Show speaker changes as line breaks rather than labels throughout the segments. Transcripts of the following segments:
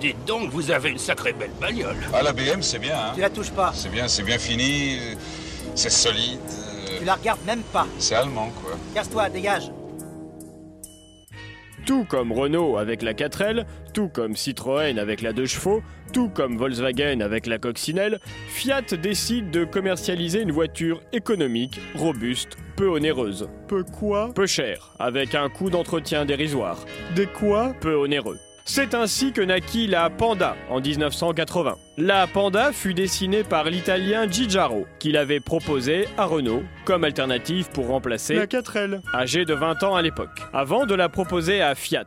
Dites donc, vous avez une sacrée belle bagnole.
Ah, la BM, c'est bien, hein
Tu la touches pas.
C'est bien, c'est bien fini, euh, c'est solide, euh,
Tu la regardes même pas.
c'est allemand, quoi.
Casse-toi, dégage.
Tout comme Renault avec la 4L, tout comme Citroën avec la 2 chevaux, tout comme Volkswagen avec la coccinelle, Fiat décide de commercialiser une voiture économique, robuste, peu onéreuse. Peu quoi Peu chère, avec un coût d'entretien dérisoire. Des quoi Peu onéreux. C'est ainsi que naquit la Panda en 1980. La Panda fut dessinée par l'italien Giugiaro, qui l'avait proposée à Renault comme alternative pour remplacer la 4L, âgée de 20 ans à l'époque, avant de la proposer à Fiat.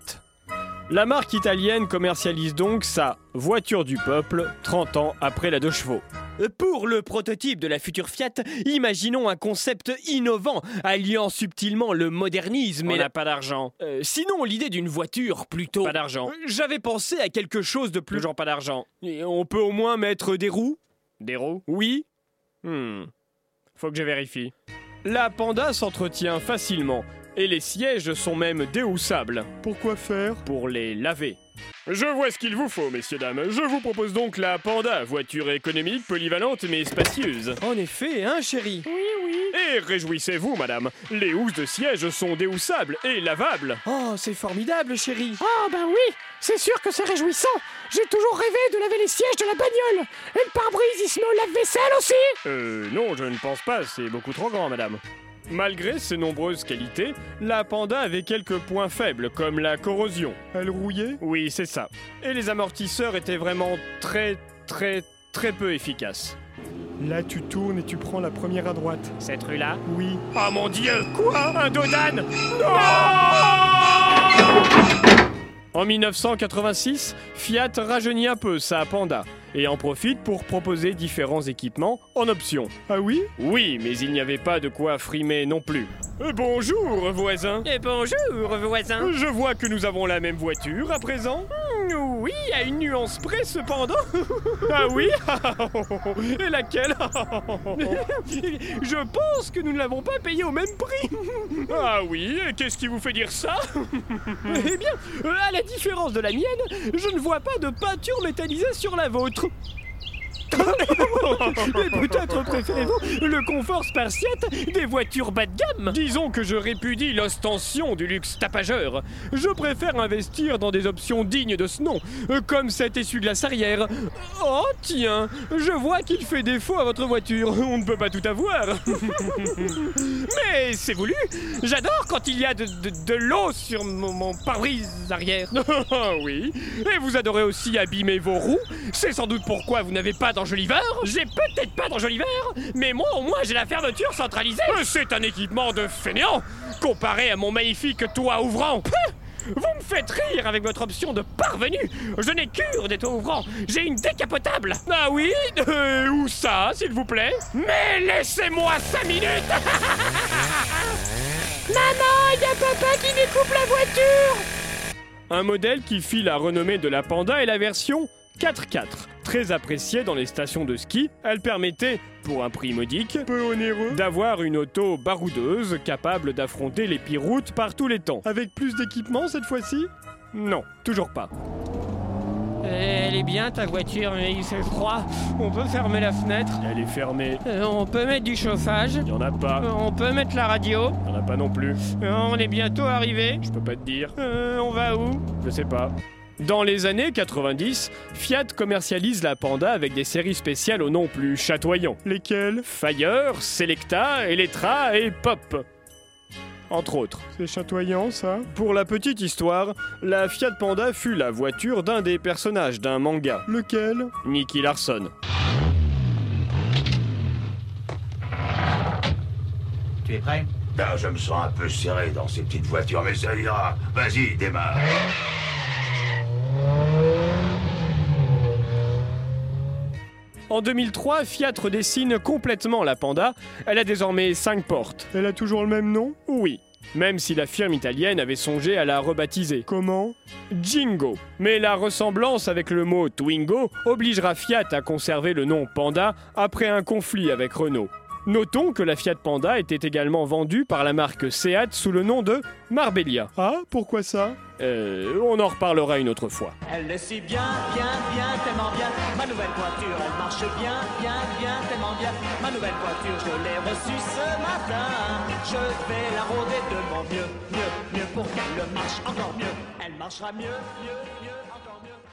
La marque italienne commercialise donc sa voiture du peuple 30 ans après la deux chevaux.
Pour le prototype de la future Fiat, imaginons un concept innovant, alliant subtilement le modernisme
Mais
et
n'a
la...
pas d'argent.
Euh, sinon, l'idée d'une voiture plutôt...
Pas d'argent.
Euh, J'avais pensé à quelque chose de plus...
Toujours pas d'argent.
Et on peut au moins mettre des roues
Des roues
Oui
Hmm. Faut que je vérifie. La Panda s'entretient facilement et les sièges sont même déhoussables. Pourquoi faire Pour les laver. Je vois ce qu'il vous faut, messieurs dames. Je vous propose donc la Panda, voiture économique, polyvalente mais spacieuse.
En effet, hein chérie
Et réjouissez-vous, madame, les housses de siège sont déhoussables et lavables.
Oh, c'est formidable chérie
Oh ben oui, c'est sûr que c'est réjouissant. J'ai toujours rêvé de laver les sièges de la bagnole. Et le pare-brise, il se met au lave-vaisselle aussi.
Euh, non, je ne pense pas, c'est beaucoup trop grand, madame. Malgré ses nombreuses qualités, la Panda avait quelques points faibles, comme la corrosion. Elle rouillait Oui, c'est ça. Et les amortisseurs étaient vraiment très, très, très peu efficaces.
Là, tu tournes et tu prends la première à droite.
Cette rue-là
Oui.
Ah mon dieu Quoi Un dodane En 1986, Fiat rajeunit un peu sa Panda et en profite pour proposer différents équipements en option.
Ah oui
Oui, mais il n'y avait pas de quoi frimer non plus. Euh, bonjour, voisin.
Et Euh, bonjour, voisin Hmm,
Je vois que nous avons la même voiture à présent.
Oui, à une nuance près cependant
Ah oui Et laquelle
Je pense que nous ne l'avons pas payé au même prix.
Ah oui, et qu'est-ce qui vous fait dire ça
eh bien, euh, à la différence de la mienne, je ne vois pas de peinture métallisée sur la vôtre. Mais peut-être préférez-vous le confort spartiate des voitures bas de gamme
Disons que je répudie l'ostension du luxe tapageur. Je préfère investir dans des options dignes de ce nom, euh, comme cette essuie-glace arrière. Oh tiens, je vois qu'il fait défaut à votre voiture. On ne peut pas tout avoir.
Mais c'est voulu J'adore quand il y a de, de- de l'eau sur mon, mon pare-brise arrière.
Ah oui. Et vous adorez aussi abîmer vos roues.
C'est sans doute pourquoi vous n'avez pas d'enjoliveur J'ai peut-être pas d'enjoliveur, mais moi au moins j'ai la fermeture centralisée
Euh, C'est un équipement de fainéant comparé à mon magnifique toit ouvrant.
Hein Vous me faites rire avec votre option de parvenu Je n'ai cure des toits ouvrants, j'ai une décapotable
Ah oui Euh, Où ça, s'il vous plaît
Mais laissez-moi 5 minutes
Maman, il y a papa qui découpe la voiture.
Un modèle qui fit la renommée de la Panda est la version 4x4. Très appréciée dans les stations de ski, elle permettait, pour un prix modique,
Peu onéreux.
d'avoir une auto baroudeuse capable d'affronter les pires routes par tous les temps.
Avec plus d'équipement cette fois-ci
Non, toujours pas.
Euh, Elle est bien ta voiture, mais il fait froid. On peut fermer la fenêtre,
Elle est fermée,
Euh, on peut mettre du chauffage,
il y en a
Euh,
pas,
on peut mettre la radio,
il y en a pas non plus.
Euh, on est bientôt arrivé.
Je peux pas te dire.
Euh, on va où
Je sais pas. Dans les années 90, Fiat commercialise la Panda avec des séries spéciales au nom plus chatoyant.
Lesquels
Fire, Selecta, Electra et Pop. Entre autres.
C'est chatoyant, ça
Pour la petite histoire, la Fiat Panda fut la voiture d'un des personnages d'un manga,
Lequel
Nicky Larson.
Tu es prêt
Ben, je me sens un peu serré dans ces petites voitures, mais ça ira. Ah, Vas-y, démarre.
En 2003, Fiat redessine complètement la Panda. Elle a désormais 5 portes.
Elle a toujours le même nom
Oui, même si la firme italienne avait songé à la rebaptiser.
Comment
Jingo. Mais la ressemblance avec le mot Twingo obligera Fiat à conserver le nom Panda après un conflit avec Renault. Notons que la Fiat Panda était également vendue par la marque Seat sous le nom de Marbella.
Ah, pourquoi ça
Euh, on en reparlera une autre fois.
Elle le suit bien, bien, bien, tellement bien. Ma nouvelle voiture, elle marche bien, bien, bien, tellement bien. Ma nouvelle voiture, je l'ai reçue ce matin. Je vais la rôder de mon mieux, mieux, mieux pour qu'elle marche encore mieux. Elle marchera mieux, mieux, mieux, encore mieux.